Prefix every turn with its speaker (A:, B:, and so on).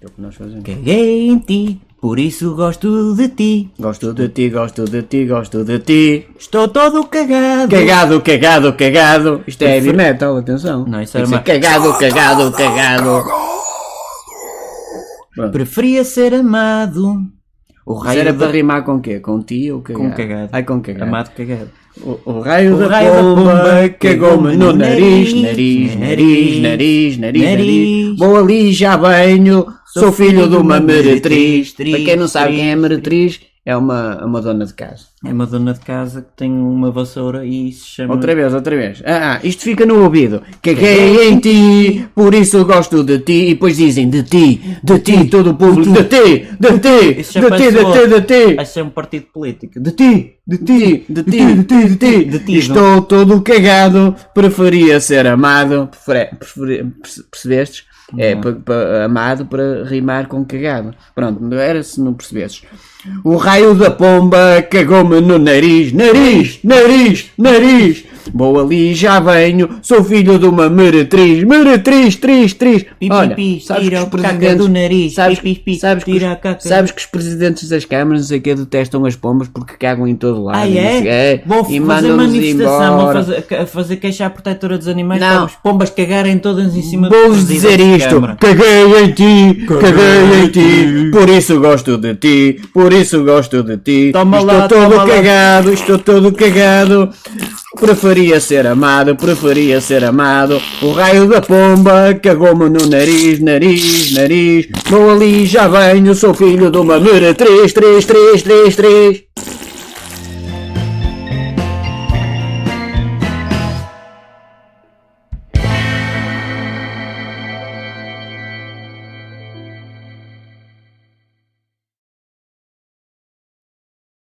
A: É o que nós fazemos.
B: Caguei em ti, por isso gosto de ti.
A: Gosto de ti, gosto de ti, gosto de ti.
B: Estou todo cagado.
A: Cagado, cagado, cagado. Isto é heavy metal, atenção.
B: Não, isso
A: Tem
B: era
A: que ser
B: uma-
A: Cagado, cagado, cagado. Pronto.
B: Preferia ser amado. O
A: Mas
B: raio
A: era
B: da-
A: para rimar com o quê? Com ti ou cagado?
B: Com cagado.
A: Ai, com cagado.
B: Amado cagado.
A: O, o raio,
B: O
A: da,
B: raio da
A: pomba
B: pomba
A: cagou-me no nariz, nariz, nariz, nariz, nariz, nariz.
B: nariz.
A: Vou ali já venho, sou filho de uma meretriz. Para
B: meretriz,
A: quem não sabe
B: meretriz,
A: quem é meretriz, é uma, uma dona de casa.
B: É uma dona de casa que tem uma vassoura e se chama.
A: Outra vez, outra vez. Ah, ah, isto fica no ouvido. Caguei em ti, por isso gosto de ti. E depois dizem de ti, de ti, todo o público. De ti, de ti, de
B: Isso
A: ti,
B: já
A: de
B: passou.
A: ti, de ti.
B: Vai ser um partido político.
A: De ti, de ti, de ti, de ti, de ti,
B: de ti,
A: Estou todo cagado, preferia ser amado. Prefere, prefere- perce- percebestes? É,
B: Uhum.
A: pa- pa- amado para rimar com cagado. Pronto, não era se não percebesses. O raio da pomba cagou-me no nariz, nariz, nariz, nariz. Vou ali, já venho, sou filho de uma meretriz, meretriz, tris, tris.
B: Pi, pi,
A: Olha,
B: pi,
A: sabes que
B: tira
A: os
B: o caca
A: presidentes-
B: do nariz,
A: sabes,
B: pi, pi, pi,
A: sabes que
B: tira
A: os-
B: a caca.
A: sabes Sabes que os presidentes das câmaras não sei quê, detestam as pombas porque cagam em todo lado.
B: Ah,
A: e não sei
B: é?
A: quê,
B: Vou
A: e
B: fazer
A: mandam-nos
B: manifestação, vou
A: embora.
B: fazer, a fazer queixa à protetora dos animais
A: Não.
B: para os pombas cagarem todas em cima
A: Vou-vos
B: presidente
A: dizer
B: da
A: isto,
B: Câmara.
A: caguei em ti, caguei em ti, por isso gosto de ti, por isso gosto de ti.
B: Toma
A: estou
B: lá,
A: todo
B: toma lá.
A: cagado, estou todo cagado. Preferia ser amado, preferia ser amado. O raio da pomba cagou-me no nariz, nariz, nariz. Vou ali, já venho, sou filho de uma meretriz, três, três, três, três.